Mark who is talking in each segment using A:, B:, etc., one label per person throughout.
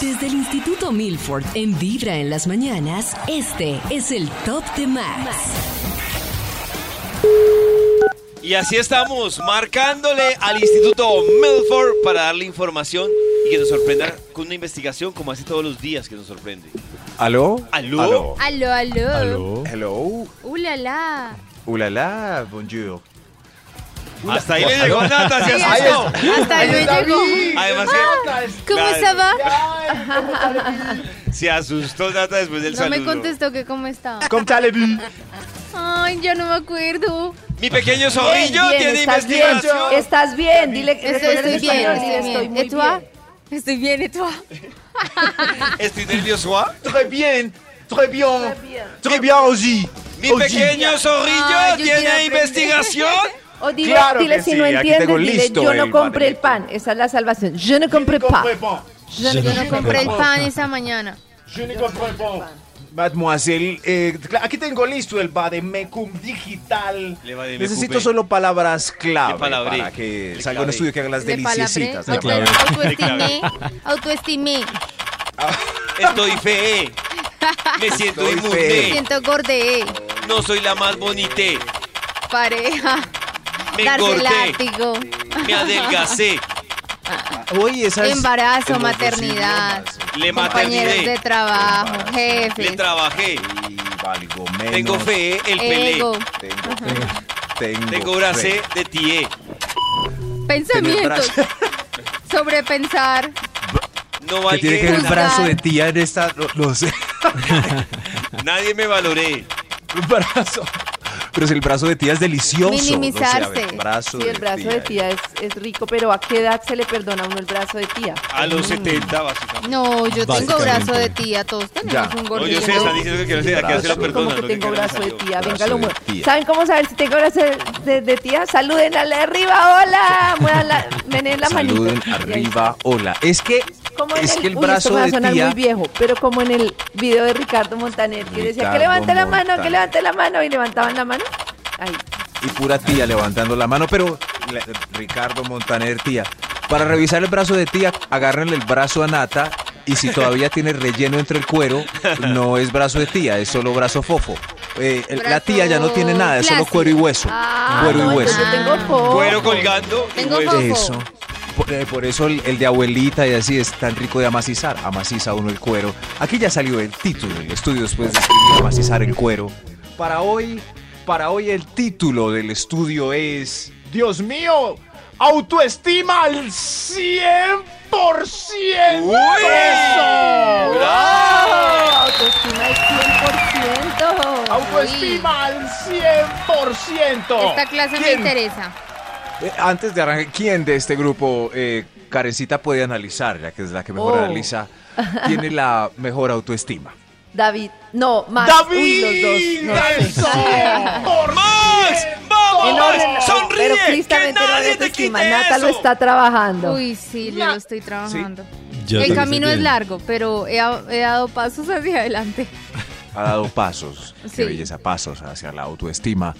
A: Desde el Instituto Milford, en Vibra en las mañanas, este es el Top de Max.
B: Y así estamos, marcándole al Instituto Milford para darle información y que nos sorprenda con una investigación como hace todos los días que nos sorprende.
C: ¿Aló?
B: ¿Aló?
D: Aló, aló.
C: ¿Aló? Hello.
D: Uh, la, la.
C: Ulala, bonjour.
B: Hasta ahí le llegó Nata, se
D: Ahí
B: asustó.
D: Hasta ahí llegó. Ah,
B: Además, que-
D: ¿Cómo
B: claro,
D: estaba?
B: Se asustó Nata después del
D: No
B: saludo.
D: me contestó que cómo estaba.
C: ¿Cómo
D: Ay, ya no me acuerdo.
B: Mi pequeño zorrillo
E: Bien,
B: tiene
E: estás bien,
B: investigación.
E: Estás bien, dile que
D: Estoy, estoy bien, estoy bien.
E: estoy muy
D: ¿Et toi?
E: bien.
D: Estoy bien, ah? ¿et toi?
B: Estoy nervioso. ¿ah?
C: Très bien, très bien, très bien aussi.
B: Mi pequeño zorrillo
D: Ah, yo quiero
B: tiene
D: aprender.
B: investigación.
E: O dile,
C: Claro
E: dile
C: que
E: si
C: sí,
E: no
C: aquí
E: entiendes,
C: tengo
E: dile
C: listo
E: yo
C: el
E: no compré el
C: panelito".
E: pan. Esa es la salvación. Je ne compré pas.
D: Yo, yo no compré el pan esa mañana.
C: Mademoiselle, eh, cla- aquí tengo listo el Bademecum digital.
B: Le Bademecum,
C: Necesito
B: ve.
C: solo palabras clave
B: Le palabré.
C: para que
B: Le
C: salga un
B: clavé.
C: estudio que haga las
D: Le palabré,
C: deliciecitas.
D: auto- autoestimé, autoestimé.
B: Estoy fee. Me siento
C: Estoy
D: Me
B: inmune.
C: feo.
D: Siento gorde,
B: No soy la más bonita.
D: pareja.
B: Me
D: Darse
B: engordé.
D: látigo.
B: Me adelgacé.
C: Oye, esa es-
D: Embarazo,
C: Tengo dos
D: maternidad.
C: idiomas.
B: Le
D: Compañeros de
B: maternidad.
D: trabajo,
B: Le
D: jefes,
B: trabajé.
C: Y valgo menos.
B: Tengo fe, el pelé.
D: ego,
C: Tengo fe. Tengo,
B: Tengo
C: fe.
B: bracé de tie.
D: pensamientos,
C: Tener
D: sobrepensar,
B: No
C: ¿Qué tiene que ver el
B: valgué.
D: Juzgar.
C: brazo de tía en esta? No, no sé.
B: Nadie me valoré.
C: brazo. Pero si el brazo de tía es delicioso.
D: Minimizarse.
C: No sé, a ver, brazo
E: Sí, el brazo de tía es, es rico, pero ¿a qué edad se le perdona a uno el brazo de tía?
B: A los
E: Mm.
B: 70, básicamente.
D: No, yo tengo
C: Básicamente.
D: brazo de tía, todos tenemos
C: Ya.
D: un
B: No, yo
D: gordito.
B: sé, están diciendo que quiero decir, que se lo
C: Brazo.
B: perdonan.
E: Como que
B: no
E: tengo
B: que
E: brazo de
B: gracias a Dios.
E: tía,
C: Brazo
E: venga lo
C: de
E: muevo.
C: tía.
E: ¿Saben cómo saber si tengo brazo de, de- de tía? Saluden al de arriba, hola, muevan la, meneen la manito.
C: Saluden
E: Y ahí
C: arriba, hola. Es que,
E: Como en
C: es que el
E: uy, esto
C: brazo
E: me va a
C: de
E: sonar
C: tía.
E: muy viejo, pero como en el video de Ricardo Montaner, que
C: Ricardo
E: decía que levante la mano,
C: Montaner.
E: que levante la mano, y levantaban la mano. Ahí.
C: Y pura tía levantando la mano, pero la- Ricardo Montaner, tía. Para revisar el brazo de tía, agárrenle el brazo a Nata y si todavía tiene relleno entre el cuero, no es brazo de tía, es solo brazo fofo. Eh, el- La
D: Brazo
C: tía ya no tiene nada, es solo
D: clásico.
C: cuero y hueso.
E: Ah,
C: cuero
E: no,
C: y
E: entonces
C: hueso.
E: yo tengo fofo.
B: Cuero colgando. y
D: Tengo
B: hueso.
D: fo-
C: Eso. Por, eh, por eso el, el de abuelita y así es tan rico de amacizar. Amaciza uno el cuero. Aquí ya salió el título del estudio después de escribir amacizar el cuero. Para hoy, para hoy el título del estudio es...
F: Dios mío, autoestima al 100%.
B: ¡Uy!
F: ¡Eso!
B: ¡Bravo!
E: Autoestima del 100%.
F: Autoestima al 100%.
D: Esta clase me
C: ¿Quién?
D: interesa.
C: Eh, antes de arrancar, ¿quién de este grupo, eh, Carecita, puede analizar, ya que es la que mejor
E: Oh.
C: analiza, tiene la mejor autoestima?
E: David, no, Max. Uy, los dos.
F: David,
E: no.
F: al 100%.
B: ¡Max! ¡Vamos,
E: En orden,
B: Max!
E: pero
B: ¡Sonríe! ¡Que
E: claramente no hay
B: nadie te
E: autoestima.
B: quite
E: Nata lo
B: eso!
E: está trabajando.
D: Uy, sí, yo lo estoy trabajando.
G: Yo
D: El
G: también
D: camino
G: sé
D: es
G: que-
D: largo, pero he, he dado pasos hacia adelante.
C: Ha dado pasos,
D: Sí.
C: qué belleza, pasos hacia la autoestima.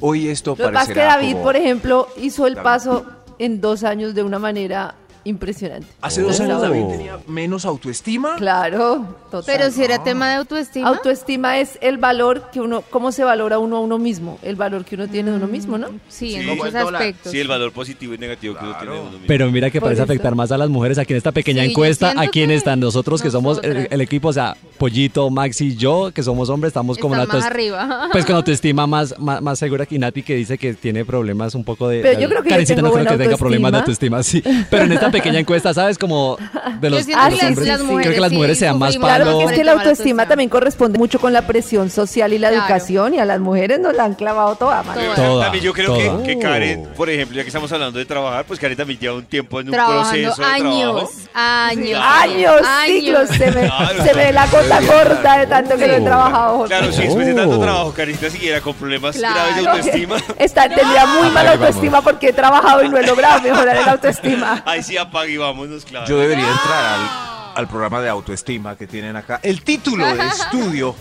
C: Hoy esto
E: Lo que pasa es que
C: parecerá
E: David,
C: como-
E: por ejemplo, hizo el
C: David.
E: paso en dos años de una manera impresionante.
C: Hace dos
E: Oh.
C: años David tenía menos autoestima.
E: Claro, total.
D: Pero si era tema de autoestima,
E: Autoestima es el valor que uno, cómo se valora uno a uno mismo, el valor que uno tiene de uno mismo, ¿no?
D: sí,
B: Sí.
D: en
B: Como
D: muchos
C: el dólar.
D: aspectos.
B: Sí, el valor positivo y negativo que uno
C: Claro.
B: tiene uno mismo.
G: Pero mira que
E: Por
G: parece
E: eso.
G: afectar más a las mujeres aquí en esta pequeña
D: Sí, yo
G: encuesta,
D: siento
G: a quién
D: que
G: están nosotros que somos el,
D: nosotras.
G: el equipo, o sea, Pollito, Maxi y yo, que somos hombres, estamos como
D: Están
G: en la
D: más
G: autoest-
D: arriba.
G: Pues con autoestima más, más, más segura que Nati que dice que tiene problemas un poco de...
E: Pero yo creo que yo
G: Karencita
E: tengo
G: no creo que
E: buena
G: tenga problemas de
E: autoestima.
G: autoestima, sí. Pero en esta pequeña encuesta, ¿sabes? Como de los,
D: siento
G: de
E: que
G: los
E: las-
G: hombres.
E: las
G: Creo
D: mujeres
G: que las
D: sí
G: mujeres se dan más
D: sufrimos.
E: Claro,
G: palo.
E: porque es que la
D: Sobre todo
E: autoestima
D: autoestima.
E: también corresponde mucho con la presión social y la
D: Claro.
E: educación, y a las mujeres nos la han clavado toda, mano.
D: Toda.
G: Toda,
B: también yo creo que,
G: toda.
B: que
C: Uh.
B: Karen, por ejemplo, ya que estamos hablando de trabajar, pues Karen también lleva un tiempo en un
D: Trabajando
B: proceso de trabajo.
D: años, años.
E: Años, siglos, se me,
B: Claro.
E: se me la gota corta de tanto que lo he
G: Sí.
E: trabajado. Jorge.
B: Claro, si
G: Oh.
B: después de tanto trabajo, Karencita siguiera con problemas
D: Claro.
B: graves de autoestima,
E: Está, tendría muy mala
C: Ahí vamos.
E: autoestima porque he trabajado y no he logrado mejorar la autoestima.
B: ahí sí apague y vámonos, claro.
C: Yo debería entrar al, al programa de autoestima que tienen acá. El título del estudio.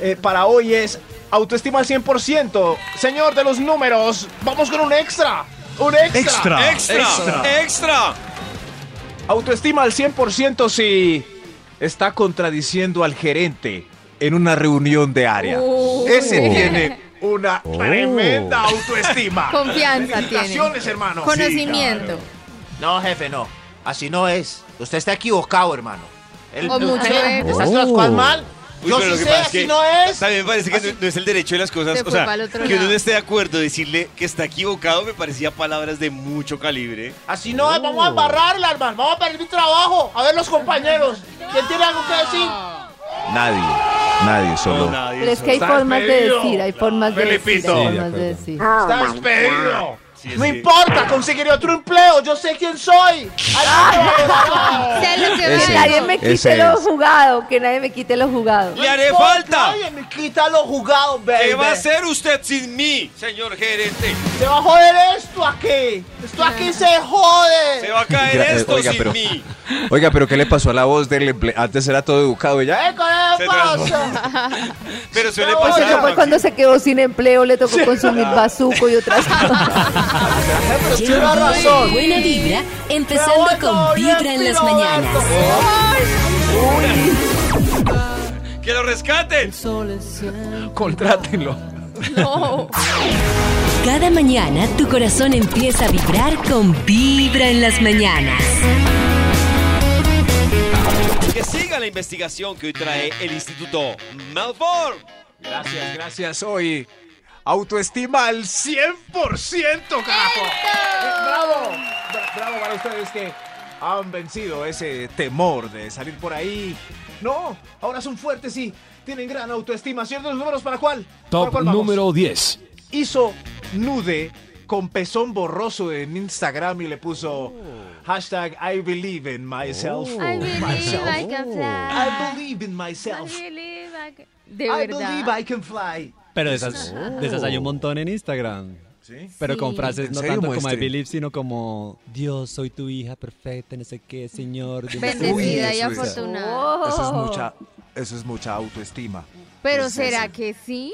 F: Eh, para hoy es autoestima al 100%. Señor de los números, vamos con un extra. Un extra.
H: Extra.
B: ¡Extra! ¡Extra!
H: Extra.
F: Autoestima al 100% si
C: Está contradiciendo al gerente en una reunión de área.
E: Uh.
C: Ese tiene una...
F: Tremenda autoestima.
D: Confianza tiene.
F: Felicitaciones, hermano.
D: Conocimiento.
I: No, jefe, no. Así no es. Usted está equivocado, hermano. El,
D: O mucho,
I: usted
D: eh.
I: está haciendo las cosas mal.
B: Oh. Uy,
I: Yo
B: pero
I: sí
B: lo que
I: sé,
B: pasa es
I: así
B: que
I: no es.
B: También me parece que no, no es el derecho de las cosas.
D: Se
B: O
D: fue
B: sea,
D: pa'l otro
B: que uno no
D: lado.
B: esté de acuerdo, decirle que está equivocado me parecía palabras de mucho calibre.
I: Así no es.
B: Oh.
I: Vamos a embarrarla, hermano. Vamos a perder mi trabajo. A ver los compañeros. ¿Quién tiene algo que decir?
C: Nadie, nadie,
B: No,
C: solo...
B: nadie,
E: Pero es
B: eso.
E: que hay
F: Está
E: formas de
F: despedido.
E: decir, hay formas de decir,
F: Felipito.
C: Sí,
E: hay
C: de
E: formas de
C: acuerdo.
E: decir.
F: Está despedido.
B: Sí, es
I: No
B: que-
I: importa, conseguiré otro empleo. Yo sé quién soy.
D: Sé lo que
E: Que
C: Ese.
D: valgo.
E: nadie me
C: Ese
E: quite lo
C: es.
E: jugado, que nadie me quite lo jugado.
B: ¡Le haré falta!
I: Oye, me quita los jugados, baby.
B: ¿Qué va a hacer usted sin mí, señor gerente?
I: Se va a joder esto aquí. Esto aquí se jode.
B: Se va a caer
C: Gra- eh,
B: esto
C: oiga,
B: sin
C: pero-
B: mí.
C: Oiga, pero ¿qué le pasó a la voz del emple- Antes era todo educado y ya...
I: ¿Eh, ¿Qué
B: Se
I: le
B: transforma.
I: pasa?
B: Pero suele
I: No,
B: pasar.
E: Pues eso fue
B: Maxi.
E: cuando se quedó sin empleo, le tocó consumir bazuco y otras cosas.
A: Lleva
I: razón.
A: buena vibra, empezando
I: Me
A: con
I: voy
A: vibra
I: bien
A: en las
I: piroberto.
A: mañanas.
B: ¡Que lo rescaten!
H: Contrátenlo.
A: Cada mañana tu corazón empieza a vibrar con vibra en las mañanas.
B: Que siga la investigación que hoy trae el Instituto Malform.
C: Gracias, gracias, hoy... Autoestima al
F: 100%, carajo.
C: Eh, Bravo, bra- bravo para ustedes que han vencido ese temor de salir por ahí.
F: No, ahora son fuertes y tienen gran autoestima. ¿Señor de los números para cuál? ¿Para
H: Top
F: cuál vamos?
H: número 10.
F: Hizo nude con pezón borroso en Instagram y le puso hashtag I believe in myself.
D: Oh. I believe I can
F: I
D: fly.
F: believe in myself.
D: I believe I can- De
F: I believe
D: verdad.
F: I can fly.
G: Pero de esas, de esas hay un montón en Instagram. Pero con
D: Oh. Sí.
G: frases no
C: serio?
G: tanto como I
C: Muestre.
G: believe, sino como Dios, soy tu hija perfecta, no sé qué, Señor. Dios mío".
D: Bendecida y
C: eso es.
D: afortunada.
C: Eso
E: Oh.
C: es mucha, eso es mucha autoestima.
D: Pero
C: Pues
D: ¿será
C: eso.
D: que sí?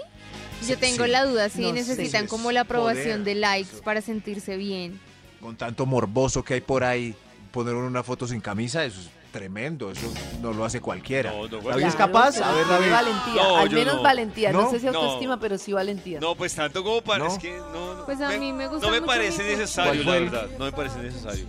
D: Yo
C: Sí,
D: tengo
C: sí.
D: la duda si
E: No sé.
D: necesitan
C: Es
D: como la aprobación
C: poder,
D: de likes
C: eso.
D: para sentirse bien.
C: Con tanto morboso que hay por ahí, poner una foto sin camisa, eso es tremendo. Eso no lo hace cualquiera.
B: No, no,
C: David es
E: Claro,
C: capaz,
E: pero
C: a ver,
E: sí
C: David.
E: valentía,
B: No,
E: al
B: yo
E: menos
B: no.
E: valentía, no,
C: No,
E: sé si
B: no.
E: autoestima, pero sí valentía.
B: No, pues tanto como para.
C: No.
B: Es que no. no,
D: Pues a mí me gusta
B: No me
D: mucho
B: parece
D: mi-
C: ¿Cuál
B: necesario, la
C: fue el-
B: verdad. No me parece necesario.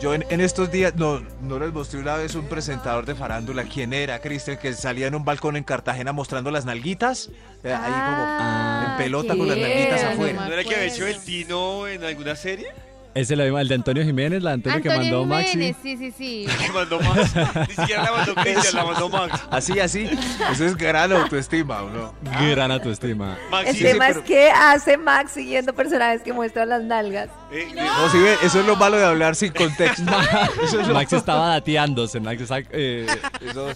C: Yo en, en estos días, no, no les mostré una vez un presentador de farándula. ¿Quién era, Cristian? Que salía en un balcón en Cartagena mostrando las nalguitas. eh, ahí como en pelota con las
E: ¿qué?
C: nalguitas
E: No me
C: afuera.
B: ¿No era que había hecho el Tino en alguna serie?
G: Ese es el de Antonio Jiménez, la Antonio, que mandó
D: Antonio Jiménez,
G: Maxi.
D: sí, sí, sí.
B: Que mandó Max. Ni siquiera la mandó Cristian, la mandó Max.
C: Así, así. Eso es gran autoestima, bro.
G: Gran autoestima.
B: Max
E: El
B: sí, sí,
E: tema es que hace Max siguiendo personajes que muestran las nalgas.
B: pero- eh,
C: No, sí, ve, eso es lo malo de hablar sin contexto. Eso es lo-
G: Max estaba dateándose. Max está, eh,
C: eso-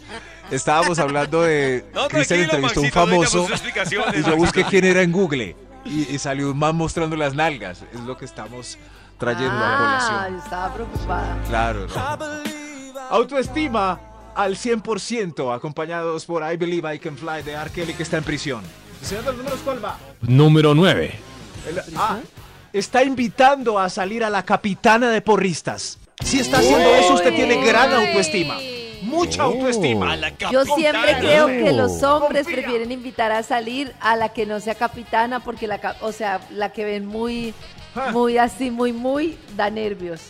C: estábamos hablando de.
B: No,
C: Cristian
B: tranquilo,
C: entrevistó a un
B: Maxito,
C: famoso.
B: ahorita busco explicaciones,
C: Y yo
B: Maxito.
C: busqué quién era en Google. Y, y salió un man mostrando las nalgas. Es lo que estamos trayendo a
E: Ah,
C: colación.
E: yo estaba preocupada.
C: Claro. ¿no?
F: Autoestima al 100%, acompañados por I Believe I Can Fly de R. Kelly, que está en prisión. Señor de los números, ¿cuál va?
H: Número 9.
F: El- ah, está invitando a salir a la capitana de porristas. Si está haciendo eso, usted tiene gran
D: Uy.
F: autoestima. Mucha
B: pues,
F: autoestima.
E: Yo siempre creo que los hombres
F: Confía.
E: prefieren invitar a salir a la que no sea capitana porque la, cap- o sea, la que ven muy muy así, muy muy da nervios.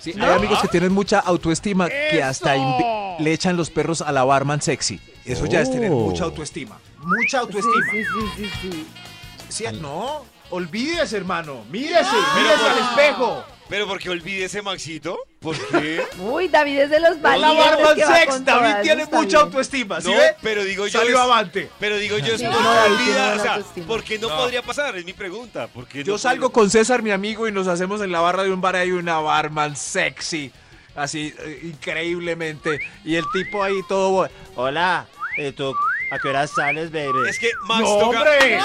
C: Sí, Hay amigos que tienen mucha autoestima que hasta invi- le echan los perros a la barman sexy. Eso ya es tener
H: Oh.
C: mucha autoestima.
F: autoestima. Mucha autoestima.
E: Sí, sí, sí, sí, sí.
F: Sí, no, olvídese, hermano. Mírese, mírese
B: Pero
F: al espejo.
B: Pero porque olvide ese Maxito, ¿por qué?
E: Uy, David es de los
F: Es la
E: valientes
F: barba
E: que
F: en
E: va
F: sex.
E: con
F: David
E: todas,
F: tiene
E: está
F: mucha
E: bien.
F: autoestima, ¿sí
B: no,
F: ve?
B: pero digo yo.
F: Salió
B: es-
F: avante.
B: Pero digo yo, es
E: Sí,
B: por
E: no, ahí tiene
B: olvida,
E: buena
B: o sea,
E: autoestima.
B: ¿por qué no, podría pasar? Es mi pregunta. ¿por qué
F: Yo
B: no
F: salgo
B: podría?
F: con César, mi amigo, y nos hacemos en la barra de un bar. Hay una barman sexy, así eh, increíblemente. Y el tipo ahí todo. bo-
I: Hola, eh, ¿tú a qué hora sales, baby?
B: Es que Max
F: ¡No,
B: toca.
F: hombre!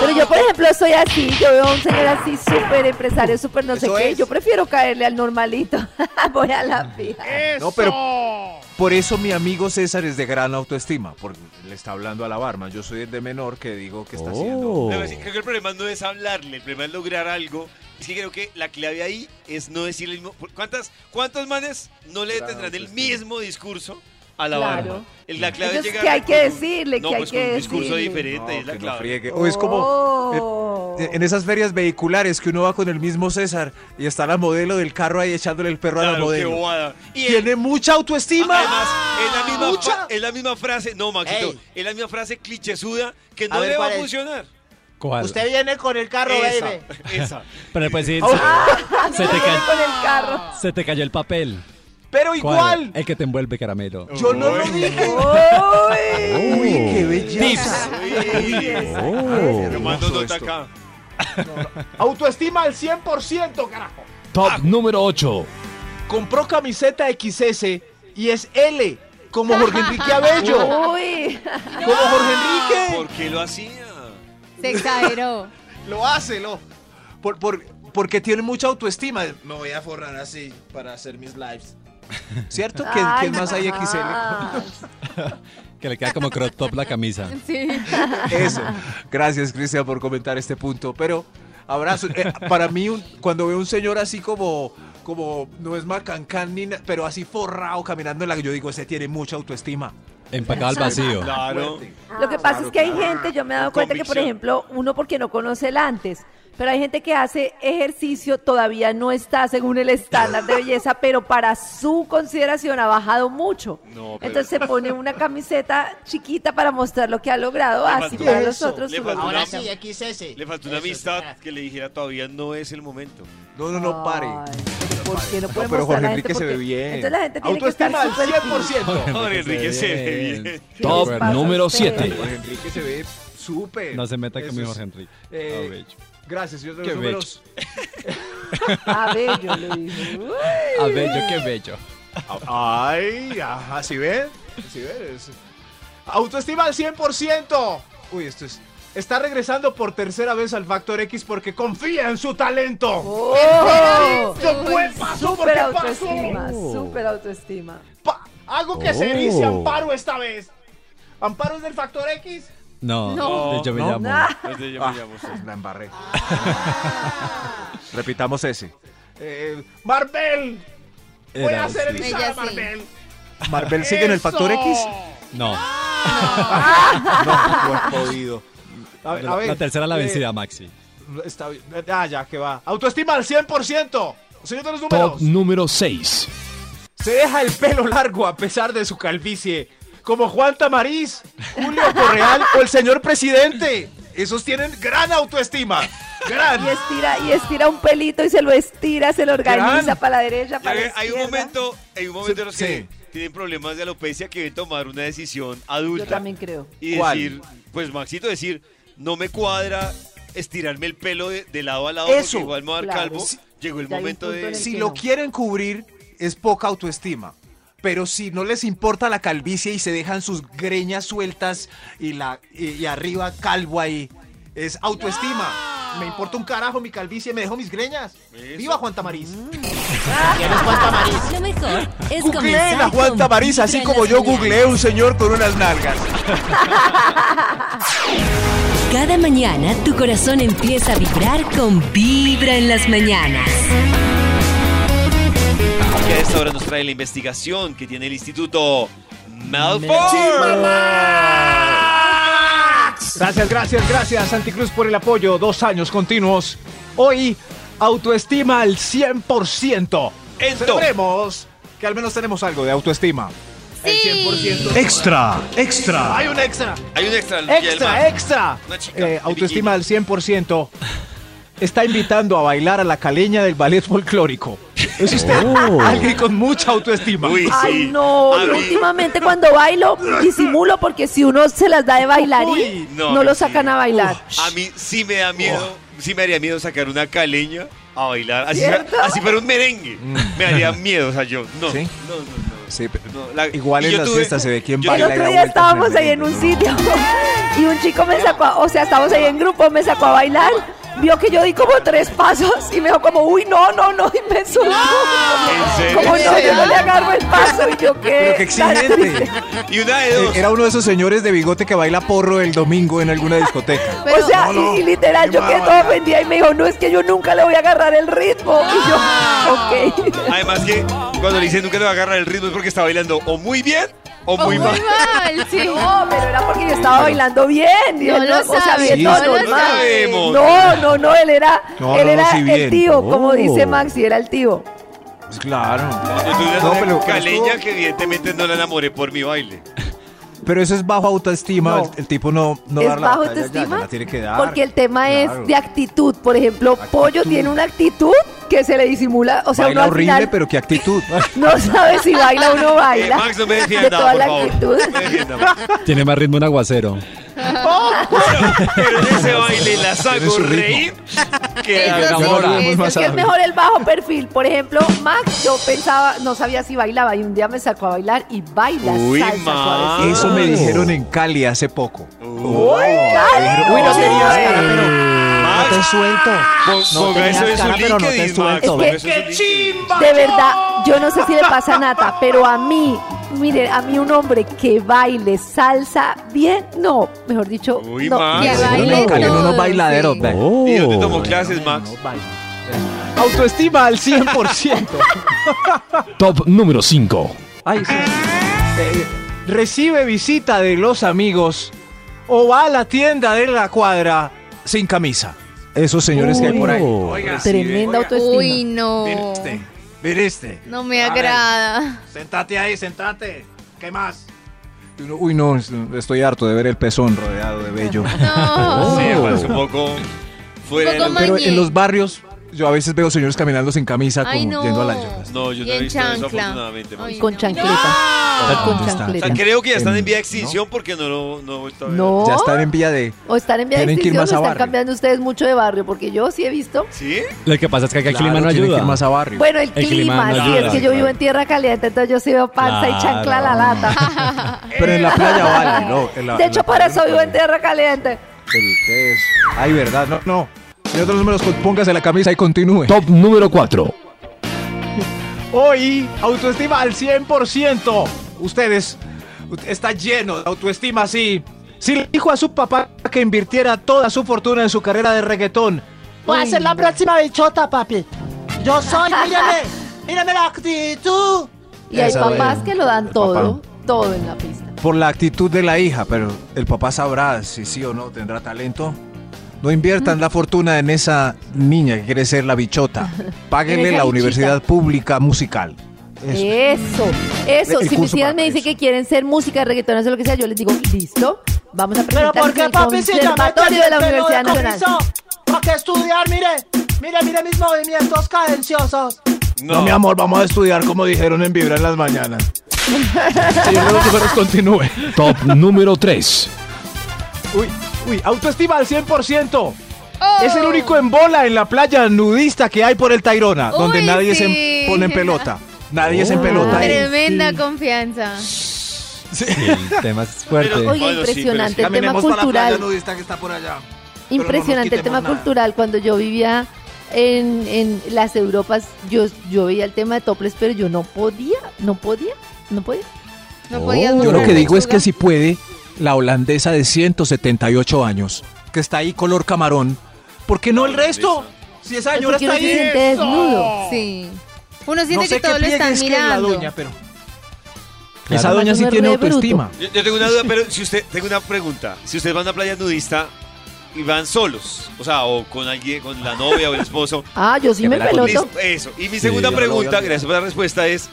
E: Pero yo, por ejemplo, soy así. Yo veo a un señor así súper empresario, súper no sé
F: Eso
E: qué.
F: es.
E: Yo prefiero caerle al normalito. Voy a la fija.
F: No, pero por eso mi amigo César es de gran autoestima, porque le está hablando a la barman. Yo soy el de menor que digo que está haciendo.
G: Oh.
B: No, es que creo que el problema no es hablarle, el problema es lograr algo. Es que creo que la clave ahí es no decirle el mismo. ¿Cuántas, ¿Cuántos manes no le tendrán el mismo discurso a la
E: Claro.
B: barba? El- La clave
E: Entonces,
B: es llegar
E: ¿qué hay que
B: con un-
E: decirle?
B: No,
E: ¿Qué hay
B: pues
E: que
B: con un discurso
E: decirle?
B: diferente, es la
C: que no
B: clave.
C: friegue. O es como
E: Oh.
C: eh, en esas ferias vehiculares que uno va con el mismo César y está la modelo del carro ahí echándole el perro a la
B: Claro, qué
C: modelo.
B: bobada. Y el-
F: Tiene mucha autoestima.
B: Además, es la misma,
F: Mucha.
B: fa- es la misma frase, no, Maxito,
I: Ey.
B: es la misma frase clichésuda que no
I: A ver,
B: le va
I: ¿cuál
B: a
I: es?
B: funcionar.
G: ¿Cuál?
I: Usted viene con el carro,
B: Esa,
I: baby.
B: esa.
G: Pero
C: Oh.
G: pues sí, se, se te
E: Viene
G: ca-
E: con el carro.
G: se te cayó el papel.
F: pero
G: ¿Cuál?
F: igual.
G: El que te envuelve caramelo.
F: Yo no lo dije.
E: Uy.
F: Uy, qué belleza.
G: Tips.
B: Uy,
G: Oh.
B: Tomando
F: hermoso
B: nota
F: esto.
B: acá.
I: Autoestima al 100%, carajo.
H: Top número 8.
F: Compró camiseta XS y es L, como Jorge Enrique Abello.
E: Uy.
F: como Jorge Enrique.
B: ¿Por qué lo hacía?
D: Se exageró.
F: Lo hace, lo. Por, por- porque tiene mucha autoestima. Me voy a forrar así para hacer mis lives. ¿Cierto? ¿Quién,
E: Ay,
F: quién más hay XL?
E: Max.
G: Que le queda como crop top la camisa.
D: Sí.
C: Eso.
F: Gracias, Cristian, por comentar este punto. Pero, abrazo. Eh, para mí, un- cuando veo un señor así como, como no es macancán, ni na- pero así forrado caminando en la que yo digo, ese tiene mucha autoestima.
G: Empacado al vacío.
B: Claro.
E: Lo que pasa es que hay gente, yo me he dado
B: Con
E: cuenta que, por
B: convicción.
E: ejemplo, uno porque no conoce el antes, pero hay gente que hace ejercicio, todavía no está según el estándar de belleza, pero para su consideración ha bajado mucho.
B: No, pero-
E: Entonces se pone una camiseta chiquita para mostrar lo que ha logrado,
B: Le
E: así
B: faltó-
E: para los
B: eso,
E: otros.
B: le
E: su
B: faltó
E: logro.
B: una-
I: Ahora sí, XS.
B: Le faltó una
I: Eso,
B: amistad
I: carajo.
B: que le dijera todavía no es el momento.
F: No, no, no, pare.
E: Ay, pero ¿por qué no
C: No,
E: puede
C: pero
E: mostrar
C: Jorge
E: la
C: Enrique
E: gente?
C: se ve
E: Porque-
C: bien.
E: Entonces la gente tiene que estar
F: Autoestima al
E: súper fit.
F: 100%.
B: Jorge Enrique se ve bien.
E: ¿Qué
H: Top
E: les pasa a
H: número
E: ustedes?
H: 7.
F: Jorge Enrique se ve súper.
G: No se meta
F: Eso
G: conmigo,
F: es-
G: Jorge Enrique.
F: eh,
G: Ah, bello.
F: Gracias, señor de
G: Qué
F: los números.
E: A ver, Ah, yo le dije. uy.
G: Ah, bello, qué bello.
F: Ay, ajá, ¿sí ven? ¿Sí ves? Autoestima al 100%. Uy, esto es... Está regresando por tercera vez al Factor X porque confía en su talento.
E: ¡Oh!
I: Yo fue, pasó porque
E: Súper
I: pasó.
E: autoestima,
H: Oh.
E: súper autoestima.
I: Pa- Algo que se
H: Oh.
I: dice Amparo esta vez. Amparo es del Factor X.
G: No,
D: No.
G: yo me
C: No.
G: llamo.
B: Entonces yo me
C: Ah,
B: llamo.
C: la embarré. Repitamos ese.
F: Eh,
I: Marvel. Voy
G: Era,
I: a hacer
G: sí.
I: el Isara,
D: Ella sí.
I: Marvel.
C: Marvel sigue en el factor
I: Eso.
C: X.
G: No,
C: Ah,
F: jodido. A ver, a
G: la-
F: ver,
G: la tercera la
F: eh,
G: vencida, Maxi.
F: está bien. Ah, ya, que va. Autoestima al 100%. Señor de los
H: Top
F: números.
H: número 6.
F: Se deja el pelo largo a pesar de su calvicie. Como Juan Tamariz, Julio Correal o el señor presidente. Esos tienen gran autoestima. Gran.
E: Y estira, y estira un pelito y se lo estira, se lo organiza
F: Gran.
E: para la derecha, para la
B: eh, Hay, hay un
E: izquierda.
B: momento, hay un momento en los que
F: Sí.
B: tienen problemas de alopecia que deben tomar una decisión
E: Yo
B: adulta.
E: también creo.
B: Y
F: ¿Cuál?
B: decir, pues Maxito, decir, no me cuadra estirarme el pelo de, de lado a lado
F: Eso,
B: porque igual me va a dar
E: claro.
B: calvo.
E: Sí.
B: Llegó el
E: Ya hay un
B: momento
E: punto en
B: de...
E: el
F: Si
E: que
F: lo
E: no.
F: quieren cubrir, es poca autoestima. Pero si no les importa la calvicie y se dejan sus greñas sueltas y, la, y, y arriba calvo ahí, es
E: ¡Ah!
F: autoestima. Me importa un carajo mi calvicie, me dejo mis greñas. ¡Viva Juan Tamariz!
E: Mm.
A: Lo mejor es
F: Googleen
A: comenzar
F: a Juan
A: con
F: Tamariz,
A: Vibra
F: así
A: en
F: como
A: las
F: yo
A: mañanas.
F: googleé un señor con unas nalgas.
A: Cada mañana tu corazón empieza a vibrar con Vibra en las mañanas.
B: Y a esta hora nos trae la investigación que tiene el Instituto Malfoy.
F: Gracias, gracias, gracias, Santicruz, por el apoyo. Dos años continuos. Hoy, autoestima al 100%.
B: Ento.
F: Celebremos que al menos tenemos algo de autoestima.
H: Extra, extra.
F: Hay un extra.
B: Hay un extra. Lucía del
F: Extra, Eh,
B: Mar.
F: extra.
B: Una chica
F: Eh,
B: de
F: autoestima al 100%. está invitando a bailar a la caleña del ballet folclórico. Es usted
C: Oh.
F: alguien con mucha autoestima.
B: Uy, sí.
E: Ay, no,
B: A
E: yo
B: mí-
E: últimamente cuando bailo disimulo porque si uno se las da de bailarín,
B: Uy, no,
E: no,
B: a mí
E: lo
B: sí.
E: sacan a bailar.
B: A mí sí me da miedo, sí me haría miedo sacar una caleña a bailar. Así,
E: Oh. ¿Cierto?
B: así para un merengue. Me haría miedo, o sea, yo. No,
C: Mm. ¿Sí?
B: no, no, no.
C: Sí, pero-
B: No, la-
C: Igual
B: y
C: en
B: yo
C: las
B: tuve-
C: fiestas se ve quién
B: yo-
E: El
C: baila. y
E: otro
C: da
E: día
C: vueltas
E: estábamos ahí en
C: merengue.
E: un sitio y un chico me sacó, a- o sea, estábamos ahí en grupo, me sacó a bailar, vio que yo di como tres pasos y me dijo como, uy, no, no, no, y me soltó.
B: ¿En serio?
E: Como no, yo no le agarro el paso y yo qué.
C: Pero qué
E: tan
C: exigente.
E: triste".
B: Y una de
C: Eh,
B: dos.
C: Era uno de esos señores de bigote que baila porro el domingo en alguna discoteca.
D: Pero-
E: o sea, y, y literal, yo quedé toda ofendida y me dijo, no, es que yo nunca le voy a agarrar el ritmo.
D: Ah.
E: Y yo, ok.
C: eh.
B: Además que cuando le dicen nunca te va a agarrar el ritmo es porque está bailando o muy bien o
D: Oh,
B: muy mal.
D: sí.
E: No, pero era porque yo estaba bailando bien. y
D: No
E: él
D: lo
E: o sea,
D: sabe,
E: bien,
C: Sí,
E: no,
C: no
D: lo
E: normal.
D: sabe.
B: sabemos.
E: No, no, no, él era,
C: No,
E: él
C: no,
E: era
C: sí,
E: el
C: bien.
E: tío, como
C: Oh.
E: dice Maxi, era el tío.
C: Pues claro.
B: Yo tuve una
C: No, pero- pero
B: caleña
C: estuvo-
B: que evidentemente no la enamoré por mi baile.
C: Pero eso es bajo autoestima.
E: No.
C: El, el tipo no, no
E: es
C: dar la
E: bajo
C: batalla, ya, ya
E: autoestima.
C: la tiene que dar.
E: Porque el tema
C: Claro.
E: es de actitud. Por ejemplo, Pollo tiene una actitud que se le disimula. O sea,
C: baila
E: uno al
C: horrible,
E: final
C: pero qué actitud. Ah.
E: no sabe si baila o no
B: Eh,
E: baila.
B: Max, no me
E: de
B: defienda,
E: toda
B: por
E: la
B: favor.
E: actitud.
B: No me defienda, Max.
G: Tiene más ritmo un aguacero.
B: Pero, pero en ese baile las
C: Tiene
B: hago
C: su ritmo.
B: reír que
D: Eso
B: haga
D: sí,
B: amor.
D: eso
C: Vamos más
D: sí.
E: Que es
C: Sabe.
E: mejor el bajo perfil. Por ejemplo, Max, yo pensaba, no sabía si bailaba y un día me sacó a bailar y baila
B: Uy,
E: salsa
B: Max.
E: suavecita.
C: Eso Oh, me dijeron en Cali hace poco.
E: Uy, Cali.
C: Uy, no tenías
E: Uy.
C: cara, pero
B: Max,
C: no te suelto.
B: po-
C: No
B: ponga
C: tenías
B: eso en su
C: cara, pero no te
B: LinkedIn, Max.
C: suelto.
B: ponga
E: Es
B: eso en su LinkedIn.
E: De verdad, yo no sé si le pasa a Nata, pero a mí, miren, a mí un hombre que baile salsa bien, no, mejor dicho,
B: Uy,
E: no.
B: Max.
D: Que
E: no.
C: Uno
D: baile
C: en Cali, uno
D: todo,
C: bailadero.
D: sí.
C: ve.
B: ¿Y
H: Oh.
B: dónde tomó
C: Oh.
B: clases, Max?
F: Autoestima al 100%.
H: Top número 5.
F: Ay, sí. Eh, recibe visita de los amigos o va a la tienda de la cuadra sin camisa.
C: Esos señores que hay por ahí.
E: Tremenda autoestima.
D: Uy, no.
C: este.
F: Viniste.
D: No me agrada.
F: Sentate ahí, sentate. ¿Qué más?
C: Y uno, Uy, no, estoy harto de ver el pezón rodeado de vello.
D: No.
B: Sí, Max, un poco fuera de
D: Un
B: lo
D: poco
C: Pero en
D: Mañe.
C: los barrios, yo a veces veo señores caminando sin camisa,
D: Ay,
C: como
D: no.
C: yendo a la isla.
B: No, yo
D: Y
B: no he
D: en
B: visto eso
D: chancla.
B: afortunadamente, Max.
D: Ay,
E: Con
D: no.
E: chancleta.
C: No.
E: Con
C: ¿Dónde está?
B: O sea,
E: chancleta.
B: creo que ya están en vía de
C: ¿No?
B: extinción porque no lo no he vuelto a ver.
E: No.
C: Ya están en vía de.
E: O están en vía de
C: Tienen que ir
E: extinción o
C: más a
E: están
C: barrio.
E: cambiando ustedes mucho de barrio, porque yo sí he visto.
B: ¿Sí?
G: Lo que pasa es que acá el
C: Claro,
G: clima no
C: tienen que
G: ayuda.
C: ir más a barrio.
E: Bueno, el,
G: El clima
E: clima,
G: no
E: sí,
G: ayuda,
E: es que yo
G: claro.
E: vivo en tierra caliente, entonces yo sí veo panza y chancla a la
C: Claro.
E: lata.
C: Pero en la playa vale, ¿no? En la-
E: de
C: en
E: hecho,
C: la
E: por
C: playa
E: eso
C: no
E: vivo
C: vale.
E: en tierra caliente.
C: El que es. Ay, verdad, no, no. Señor de los números, pon- póngase la camisa y continúe.
H: Top número 4.
F: Hoy, autoestima al 100%. Ustedes, ut- está lleno de autoestima, sí. Si le dijo a su papá que invirtiera toda su fortuna en su carrera de reggaetón,
I: Voy a ser la próxima bichota, papi. Yo soy, mírame, mírame la actitud.
E: Y hay
C: Esa
E: papás
C: de-
E: que lo dan
C: de
E: todo, todo en la pista.
C: Por la actitud de la hija, pero el papá sabrá si sí o no tendrá talento. No inviertan la fortuna en esa niña que quiere ser la bichota. Páguenle
E: esa
C: la
E: bichita.
C: universidad pública musical. Eso.
E: Eso, eso.
C: El
E: Si mis
C: curso para
E: hijas me dicen
C: eso.
E: que quieren ser música, reggaetón, eso lo que sea, yo les digo, listo, vamos a
I: Pero
E: presentarnos
I: ¿por
E: en
I: qué,
E: el
I: papi, si ya me
E: conservatorio de la Universidad Nacional.
I: ¿Para qué estudiar? Mire, mire, mire mis movimientos cadenciosos.
C: No. mi amor, vamos a estudiar como dijeron en Vibra en las mañanas.
F: señor de los números, continúe.
H: Top número 3.
F: Uy, uy, autoestima al 100%.
D: Oh.
F: Es el único en bola en la playa nudista que hay por el Tairona,
D: Uy,
F: donde nadie
D: sí.
F: se pone en pelota. Nadie se
C: Oh.
F: pelota ahí.
D: Tremenda confianza.
G: Sí, el tema es fuerte.
B: Pero-
E: Oiga,
B: Bueno, sí,
E: impresionante
B: pero
E: el tema cultural.
F: nudista que está por allá. no nos
E: impresionante el tema
F: quitemos nada.
E: cultural. Cuando yo vivía en, en las Europas, yo, yo veía el tema de toples, pero yo no podía, no podía, no podía.
D: No podías
C: Oh, Yo lo
D: mostrar
C: que digo es que
D: lechuga.
C: si puede, la holandesa de 178 años, que está ahí color camarón, ¿por qué no el resto?
F: Si esa
E: Porque
F: señora
E: uno
F: está
E: se
F: ahí.
E: siente desnudo.
D: Sí. Uno siente
F: No sé
D: que
F: qué
D: todo lo
F: pliegue
D: están
F: es que es la
D: mirando.
F: doña, pero.
C: Esa
E: Claro.
C: doña sí
E: Además, uno es
C: tiene
E: re bruto.
C: autoestima.
B: Yo, yo tengo una duda, pero si usted, tengo una pregunta. Si ustedes van a una playa nudista y van solos, o sea, o con alguien, con la novia o el esposo.
E: Ah, yo sí me peloto.
B: listo, eso. Y mi segunda
C: yo no lo voy a
B: pregunta,
C: olvidar.
B: gracias por la respuesta, es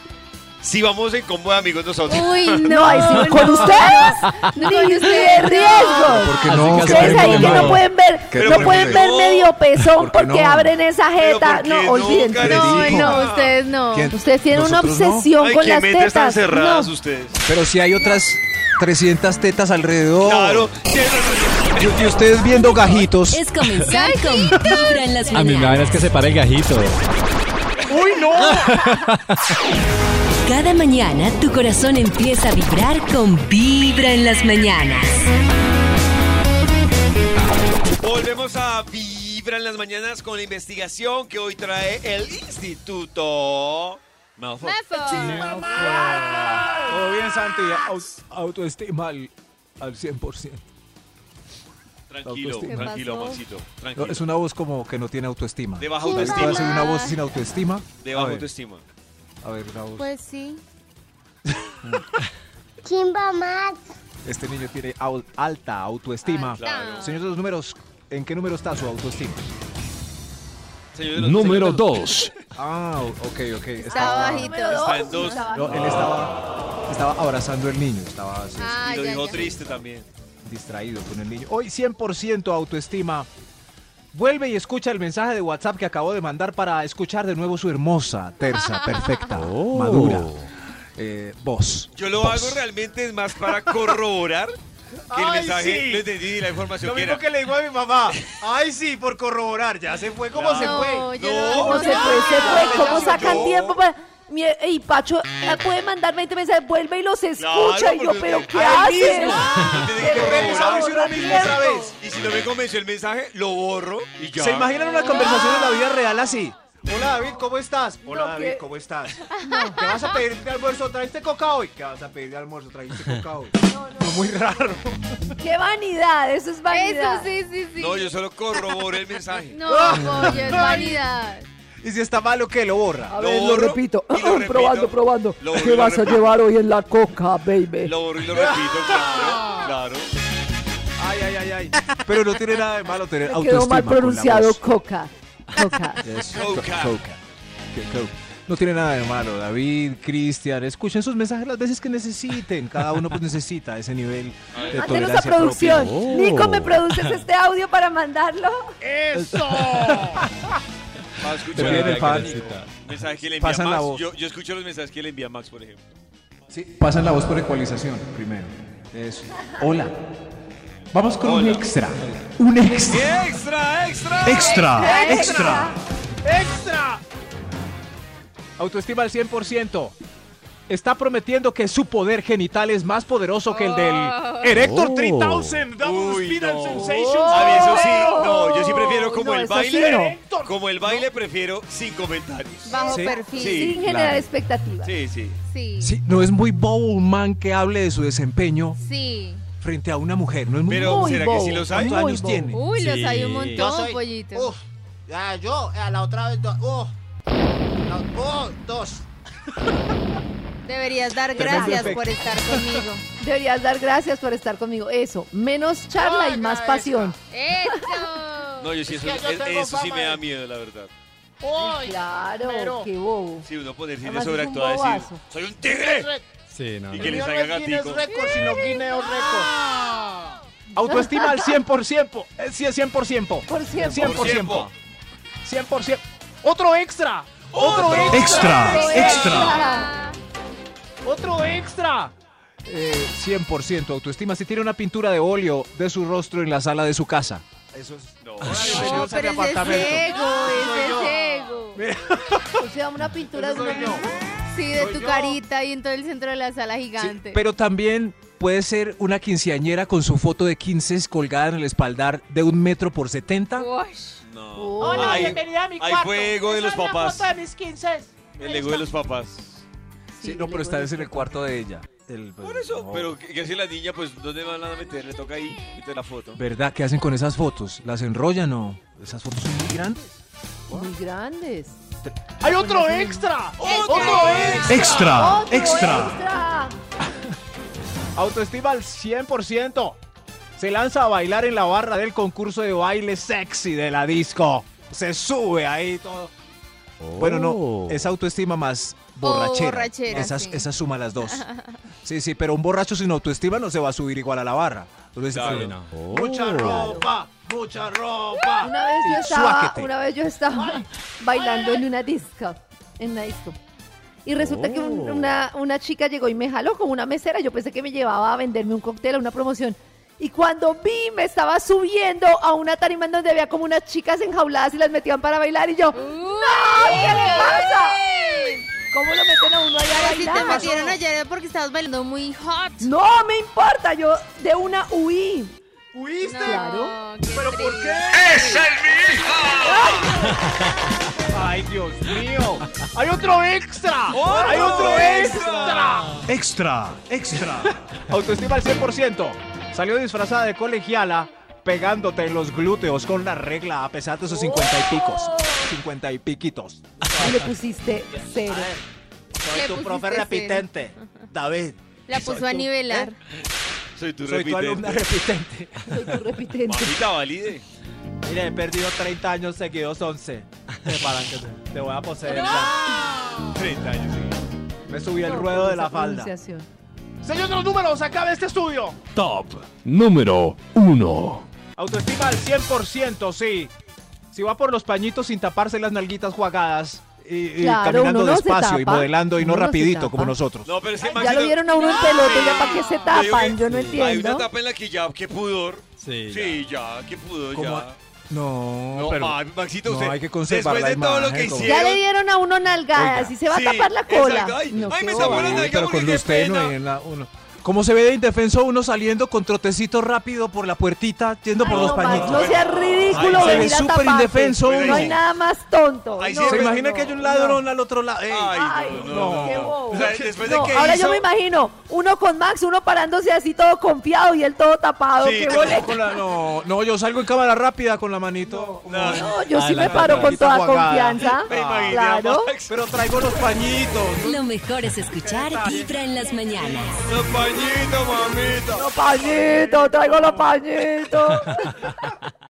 B: si vamos en combo de amigos nosotros.
D: Uy,
E: No,
D: no.
E: ahí sí, ¿con ustedes?
D: No,
E: Ni
D: con
E: de
D: ustedes no.
E: riesgo.
C: ¿Por qué
G: Así
C: no?
G: que
C: ¿Qué
E: Ustedes
C: tiene
E: ahí
C: de
E: que no
C: malo?
E: pueden ver,
C: Pero
E: no
B: ¿por
E: pueden
B: qué
E: ver
B: no?
E: medio pezón
C: ¿Por qué
E: porque
C: no?
E: abren esa
B: ¿Pero
E: jeta.
B: por qué
E: No,
B: no,
E: olvídense.
B: Karen?
D: No,
C: Federico.
D: no, ustedes no.
C: ¿Quién?
E: Ustedes tienen una
C: Nosotros no.
E: obsesión
B: Ay,
E: con
B: qué
E: las
B: mentes tan
E: tetas.
B: cerradas
E: No.
B: ustedes.
C: Pero si hay otras 300 tetas alrededor.
B: Claro.
C: Y, y ustedes viendo gajitos.
A: Es comenzar con vibra en las
G: A mí me
A: mañanas.
G: van es que se para el gajito.
A: Cada mañana tu corazón empieza a vibrar con vibra en las mañanas.
B: Volvemos a Vibra en las mañanas con la investigación que hoy trae el Instituto. Malfoy.
D: Mefo.
F: Todo bien, Santi. autoestima al, 100%.
B: Tranquilo,
D: ¿Qué
B: tranquilo,
D: pasó?
B: Maxito. Tranquilo.
C: Es una voz como que no tiene autoestima.
B: De baja
C: ¿Puedo
B: autoestima.
C: hacer una voz sin autoestima?
B: De
C: A
B: baja
C: ver,
B: autoestima.
C: A ver, la voz.
D: Pues sí.
J: Chimba más.
F: Este niño tiene au- alta autoestima.
B: Claro.
D: pues
F: Señor de los números, ¿en qué número está su autoestima?
B: Señor de los-
H: Número 2.
C: Ah, ok, ok.
D: Está bajito.
B: Está en dos.
F: No, él estaba, estaba abrazando al niño, estaba así,
D: Ah,
B: Y lo
D: ya,
B: dijo
D: ya.
B: triste también.
F: distraído con el niño. Hoy 100% autoestima. Vuelve y escucha el mensaje de WhatsApp que acabo de mandar para escuchar de nuevo su hermosa, tersa, perfecta, madura eh, voz.
B: Yo lo
F: Voz.
B: hago realmente es más para corroborar que el
I: Ay,
B: mensaje
I: sí.
B: lo entendí y la información
I: Lo
B: que
I: mismo
B: era.
I: que le digo a mi mamá. Ay, sí, por corroborar. Ya se fue como se
D: No,
I: fue.
D: yo
B: No,
D: no.
E: ¿Cómo se fue? Se
B: Ah,
I: Ay,
E: fue. ¿Cómo
I: ya
E: sacan
I: soy yo.
E: tiempo para.? Mie- Y Pacho eh, puede mandar 20 mensajes, vuelve y los escucha. y yo,
B: porque-
E: ¿pero qué
B: ¡Ay,
E: haces?
B: Entendí que corroborar.
I: Revisamos uno mismo otra vez.
B: Y si no me convenció el mensaje, lo borro y ya.
F: ¿Se imaginan una conversación en la vida real así?
I: Hola David, ¿cómo estás? Hola
E: No,
I: David,
E: ¿qué?
I: ¿cómo estás? ¿Qué vas a pedir de almuerzo? ¿Trajiste coca hoy? ¿Qué vas a pedir de almuerzo? ¿Trajiste coca hoy? Fue Muy raro.
E: ¡Qué vanidad! Eso es
D: Eso
E: vanidad.
D: sí, sí, sí.
B: No, yo solo corroboré el mensaje.
D: No,
C: Ah.
D: pollo, es vanidad.
F: Y si está malo, que lo borra.
E: A
B: Lo
E: ver, lo,
B: borro
E: repito.
B: y lo repito.
E: probando, probando.
B: Lo borro y
E: ¿Qué
B: lo
E: vas a
B: repito.
E: llevar hoy en la coca, baby?
B: Lo borro y lo repito, claro, claro.
F: Ay, ay, ay, ay. Pero no tiene nada de malo tener
E: Me
F: autoestima.
E: quedó mal
F: con la
E: pronunciado
F: voz.
E: coca. Coca.
C: Eso, co-
B: Coca.
C: coca. Que coca. No tiene nada de malo, David, Cristian. Escuchen sus mensajes las veces que necesiten. Cada uno pues necesita ese nivel de
E: Hacenos a
C: tolerancia
E: producción.
C: propia.
E: Nico, ¿me produces este audio para mandarlo?
B: Va a escuchar
C: Te piden el
B: a-
C: pan.
B: mensaje que le envía
C: Pasan la
B: Max.
C: voz.
B: Yo, yo escucho los mensajes que le envía Max, por ejemplo.
C: Sí, pasan la voz por ecualización primero. Eso. Hola. Vamos con un
B: Hola.
C: extra. Un extra.
B: ¡Extra, extra!
H: Extra.
E: Extra.
I: ¡Extra!
F: Autoestima al 100%. Está prometiendo que su poder genital es más poderoso que el del Erector
H: Oh.
F: 3000.
I: Double
B: Uy,
I: speed
B: no.
I: and sensations.
B: A mí eso sí,
E: Oh.
B: no, yo sí prefiero como
E: No,
B: el
E: eso
B: baile.
E: sí
B: Como el baile prefiero sin comentarios.
D: Bajo
C: Sí.
D: perfil.
B: Sí.
E: Sin generar
C: claro.
E: expectativas.
B: Sí, sí.
D: Sí.
C: Sí, no es muy Bowman que hable de su desempeño
D: Sí.
C: frente a una mujer. No es muy
B: Pero
E: Muy
B: ¿será
E: bobo,
B: que sí los hay?
E: muy
C: años
E: bobo.
C: tiene?
D: Uy, los hay un
G: Sí.
D: montón,
I: Yo soy-
D: pollito.
I: Uf. Ya, yo, eh, a la otra vez. do- uf. La- oh, dos.
D: Deberías dar gracias por estar conmigo.
E: Deberías dar gracias por estar conmigo. Eso, menos charla y más
I: Oiga,
E: pasión.
D: ¡Eso!
B: No, yo sí,
I: Es
B: eso,
I: que yo
B: es-
I: tengo
B: eso sí
I: fama
B: me
I: de-
B: da miedo, la verdad.
I: Uy,
E: Claro,
I: pero-
E: qué bobo.
B: Sí, uno ponerse de
E: Además, es un
B: sobreactuado a decir,
E: bobazo.
B: ¡Soy un tigre!
G: Sí, no.
B: Y que
G: no.
I: el
B: le
I: mío no
B: salga
I: es Guinness
B: gatico.
I: Record, sino Guinness Record.
F: Autoestima al 100%. Eh, Sí, es 100%.
E: Por cierto.
F: 100%.
B: Por ¡Oh! tiempo.
F: 100%. Otro extra. Otro, extra.
H: Extra. Extra.
F: Otro extra.
C: Eh, 100% autoestima. Si tiene una pintura de óleo de su rostro en la sala de su casa.
F: Eso es.
B: No,
D: No,
F: Bienvenidos
D: pero
F: a mi
D: ese es
F: apartamento.
D: ego, ese es ego.
E: O sea, una pintura de una
D: Sí, de tu carita y en todo el centro de la sala
C: Sí,
D: gigante.
C: pero también puede ser una quinceañera con su foto de 15 colgada en el espaldar de un metro por 70.
D: Ush.
B: no.
E: Oh.
I: Hola,
B: Ay,
I: bienvenida a mi
B: ay,
I: cuarto.
B: fue ego de
I: Esa
B: los
I: es la
B: papás.
I: foto de mis 15.
B: El ego de los papás.
C: Sí, no, pero está en el cuarto de ella. El-
B: Por eso,
C: no.
B: pero que, que si la niña, pues, ¿dónde van a meter? Le toca ahí, meter la foto.
C: ¿Verdad? ¿Qué hacen con esas fotos? ¿Las enrollan o? Esas fotos son muy grandes.
E: muy grandes.
I: ¡Hay otro extra! ¡Otro extra!
H: Extra.
E: Otro
H: Extra.
E: extra.
F: Autoestima al 100%. Se lanza a bailar en la barra del concurso de baile sexy de la disco. Se sube ahí todo.
C: Bueno,
G: Oh.
C: no, es autoestima más borrachera.
D: Oh, borrachera,
C: esas,
D: sí.
C: esas suma las dos. Sí, sí, pero un borracho sin autoestima no se va a subir igual a la barra. Entonces,
K: Claro,
C: eh,
K: no.
F: Mucha ropa, mucha ropa.
E: Una vez yo
C: Y
E: estaba,
C: suáquete.
E: una vez yo estaba bailando en una disco, en una disco. Y resulta que un-
G: Oh.
E: una, una chica llegó y me jaló como una mesera. Yo pensé que me llevaba a venderme un cóctel, a una promoción. Y cuando vi, me estaba subiendo a una tarima en donde había como unas chicas enjauladas y las metían para bailar. Y yo, ¡No! ¿Qué le pasa? ¿Cómo lo meten a uno allá a
D: Si te
E: bailar?
D: metieron ayer era porque estabas bailando muy hot.
E: No me importa, yo de una huí.
F: ¿Huiste?
E: Claro.
F: ¿Pero por qué?
B: ¡Es el mi hija!
F: ¡Ay, Dios mío! ¡Hay otro extra! ¡Hay otro extra!
G: Extra, extra.
F: Autoestima al 100%. Salió disfrazada de colegiala pegándote en los glúteos con la regla a pesar de sus 50 y picos. 50 y piquitos.
E: Y le pusiste cero.
F: Soy
D: Le
F: tu profe
D: pusiste
F: repitente, David.
D: La puso a nivelar.
B: Soy tu
F: Soy tu alumna
B: repitente.
F: repitente.
E: Soy tu repitente.
B: Mamita, valide.
F: Mira, he perdido 30 años seguidos 11. Preparan que te, te voy a poseer. ya.
B: 30 años seguidos.
F: Me subí el
E: No,
F: ruedo
E: con
F: de la
E: esa
F: falda.
E: pronunciación.
F: Señor de los números, acabe este estudio.
G: Top número uno.
F: Autoestima al 100%, sí. Si va por los pañitos sin taparse las nalguitas jugadas y, y
E: Claro,
F: caminando
E: uno no se
F: despacio y
E: tapa.
F: modelando y no
E: Uno no se
F: rapidito
E: tapa.
F: como nosotros.
B: No, pero ese
E: Ya lo vieron a uno en pelote, ya para qué se tapan, yo no
B: Hay una
E: entiendo.
B: etapa en la que ya, qué pudor.
K: Sí,
B: Sí, ya, qué pudor,
C: ¿Cómo?
B: ya.
C: no, ah,
B: No,
C: pero
B: ay, Maxito,
C: no,
B: usted,
C: hay que conservar
B: después de
C: la
B: todo lo que
C: imagen, como-
B: hicieron.
E: Ya le dieron a uno nalgadas
C: Oiga,
E: y se va
B: sí,
E: a tapar la cola.
B: exacto. Ay,
E: No,
B: ay,
E: qué
B: me
E: boba.
B: tapó la
C: Uy,
B: nalga
C: pero
B: porque
C: con
B: qué
C: luz tenue
B: pena.
C: en la- uno. ¿Cómo se ve de indefenso uno saliendo con trotecito rápido por la puertita, yendo
E: Ay,
C: por los
E: no,
C: pañitos?
E: Max, no seas ridículo,
B: Ay, se ve
E: venir a
C: súper
E: taparte.
C: indefenso
E: No hay
B: uno.
E: nada más tonto.
B: Ay,
E: No,
B: sí,
C: ¿Se
B: pero
C: imagina
E: no,
C: que hay un
E: no.
C: ladrón al otro lado? Ey,
B: Ay,
E: Ay,
B: no,
E: no,
B: no,
E: qué
B: no.
E: bobo.
B: O sea, después
E: No,
B: de que
E: ahora
B: hizo,
E: yo me imagino uno con Max, uno parándose así todo confiado y él todo tapado.
B: Sí,
E: qué
B: te-
E: boleto.
C: con la- no, no, yo salgo en cámara rápida con la manito.
B: No,
E: No, yo
K: Ah,
E: sí
K: la
E: me paro con
C: nalguita
E: toda
C: guagada.
E: confianza.
B: me imaginé
E: Claro.
B: a Max.
C: Pero traigo los pañitos.
A: Lo mejor es escuchar Vibra en las mañanas.
B: Los pañitos, mamita.
E: Los pañitos, traigo los pañitos.